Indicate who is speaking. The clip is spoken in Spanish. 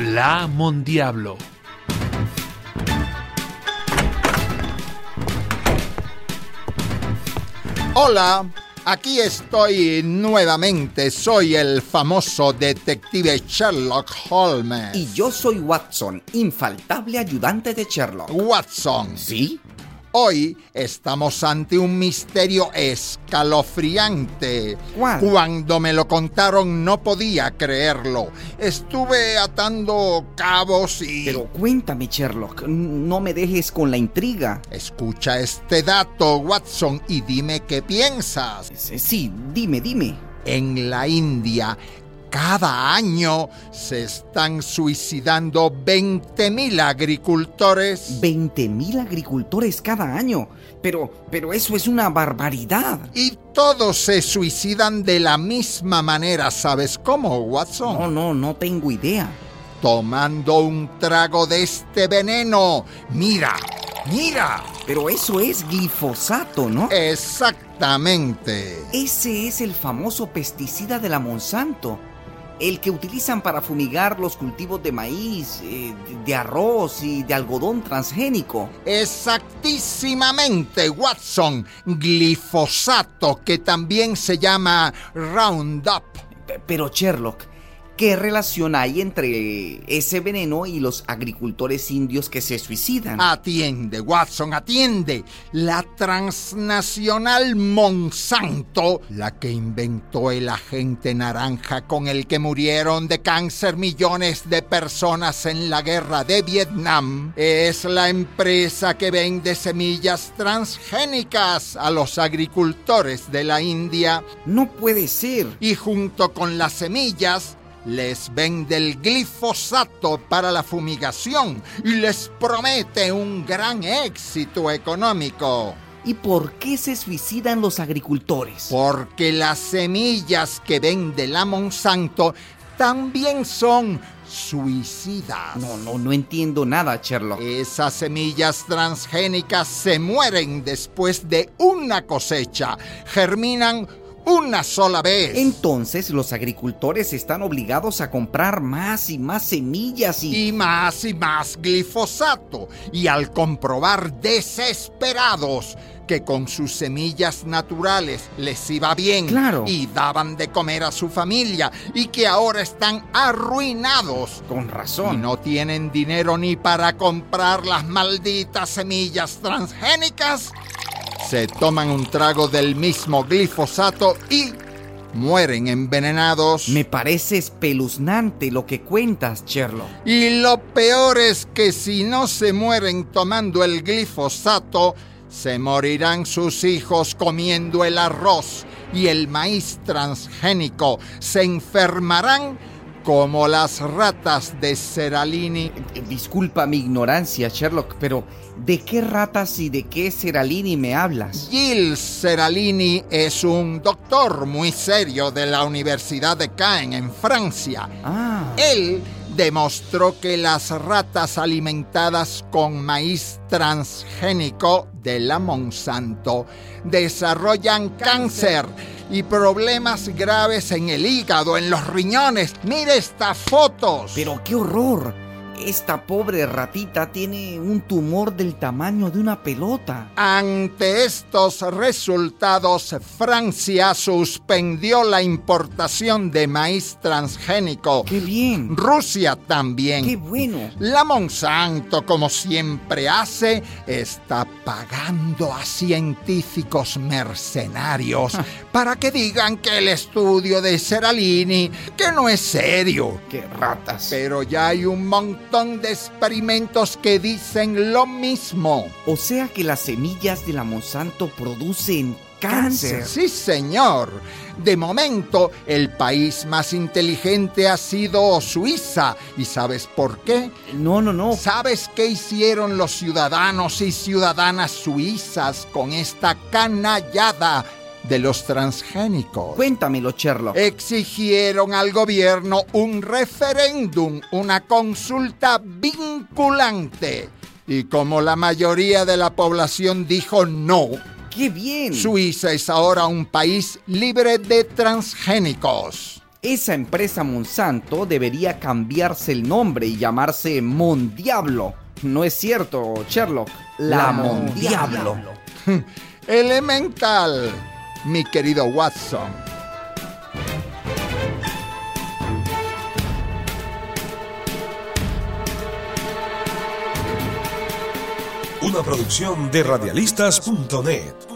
Speaker 1: La Mondiablo.
Speaker 2: Hola, aquí estoy nuevamente. Soy el famoso detective Sherlock Holmes.
Speaker 3: Y yo soy Watson, infaltable ayudante de Sherlock.
Speaker 2: Watson.
Speaker 3: ¿Sí?
Speaker 2: Hoy estamos ante un misterio escalofriante.
Speaker 3: ¿Cuál?
Speaker 2: Cuando me lo contaron no podía creerlo. Estuve atando cabos y...
Speaker 3: Pero cuéntame, Sherlock, n- no me dejes con la intriga.
Speaker 2: Escucha este dato, Watson, y dime qué piensas.
Speaker 3: Sí, sí, dime, dime.
Speaker 2: En la India, cada año se están suicidando 20.000 agricultores.
Speaker 3: 20.000 agricultores cada año. Pero, pero eso es una barbaridad.
Speaker 2: Y todos se suicidan de la misma manera, ¿sabes cómo,
Speaker 3: No,
Speaker 2: Watson?
Speaker 3: no, no tengo idea.
Speaker 2: Tomando un trago de este veneno. Mira, mira.
Speaker 3: Pero eso es glifosato, ¿no?
Speaker 2: Eh. Exactamente.
Speaker 3: Ese es el famoso pesticida de la Monsanto, el que utilizan para fumigar los cultivos de maíz, eh, de- de arroz y de algodón transgénico.
Speaker 2: Exactísimamente, Watson. Glifosato, que también se llama Roundup.
Speaker 3: Pe- Pero Sherlock, ¿qué relación hay entre ese veneno y los agricultores indios que se suicidan?
Speaker 2: Ah. Atiende, Watson, atiende. La transnacional Monsanto, la que inventó el agente naranja con el que murieron de cáncer millones de personas en la guerra de Vietnam, es la empresa que vende semillas transgénicas a los agricultores de la India
Speaker 3: No puede ser.
Speaker 2: y junto con las semillas les vende el glifosato para la fumigación y les promete un gran éxito económico.
Speaker 3: ¿Y por qué se suicidan los agricultores?
Speaker 2: Porque las semillas que vende la Monsanto también son suicidas.
Speaker 3: No, no, no entiendo nada, Sherlock.
Speaker 2: Esas semillas transgénicas se mueren después de una cosecha, germinan una sola vez.
Speaker 3: Entonces los agricultores están obligados a comprar más y más semillas y...
Speaker 2: y más y más glifosato. Y al comprobar desesperados que con sus semillas naturales les iba bien
Speaker 3: Claro.
Speaker 2: y daban de comer a su familia y que ahora están arruinados.
Speaker 3: Con
Speaker 2: Y
Speaker 3: razón.
Speaker 2: no tienen dinero ni para comprar las malditas semillas transgénicas. Se toman un trago del mismo glifosato y mueren envenenados.
Speaker 3: Me parece espeluznante lo que cuentas, Sherlock.
Speaker 2: Y lo peor es que si no se mueren tomando el glifosato, se morirán sus hijos comiendo el arroz y el maíz transgénico. Se enfermarán como las ratas de Seralini.
Speaker 3: Eh, Disculpa mi ignorancia, Sherlock, pero ¿de qué ratas y de qué seralini me hablas?
Speaker 2: Gilles Seralini es un doctor muy serio de la Universidad de Caen en Francia.
Speaker 3: Ah,
Speaker 2: Él demostró que las ratas alimentadas con maíz transgénico de la Monsanto desarrollan cáncer y problemas graves en el hígado, en los riñones. Mira estas fotos.
Speaker 3: pero qué horror. Esta pobre ratita tiene un tumor del tamaño de una pelota.
Speaker 2: Ante estos resultados, Francia suspendió la importación de maíz transgénico.
Speaker 3: ¡Qué bien!
Speaker 2: Rusia también.
Speaker 3: ¡Qué bueno!
Speaker 2: La Monsanto, como siempre hace, está pagando a científicos mercenarios para que digan que el estudio de Seralini que no es serio.
Speaker 3: ¡Qué ratas!
Speaker 2: Pero ya hay un montón de experimentos que dicen lo mismo.
Speaker 3: O sea que las semillas de la Monsanto producen cáncer.
Speaker 2: Sí, señor. De momento, el país más inteligente ha sido Suiza. ¿Y sabes por qué?
Speaker 3: No, no, no.
Speaker 2: ¿Sabes qué hicieron los ciudadanos y ciudadanas suizas con esta canallada de los transgénicos?
Speaker 3: Cuéntamelo, Sherlock.
Speaker 2: Exigieron al gobierno un referéndum, una consulta vinculante. Y como la mayoría de la población dijo no,
Speaker 3: ¡Qué bien!
Speaker 2: Suiza es ahora un país libre de transgénicos.
Speaker 3: Esa empresa Monsanto debería cambiarse el nombre y llamarse Mondiablo. No es cierto, Sherlock. La,
Speaker 2: La
Speaker 3: Mondiablo.
Speaker 2: Elemental, mi querido Watson.
Speaker 4: Una producción de radialistas.net.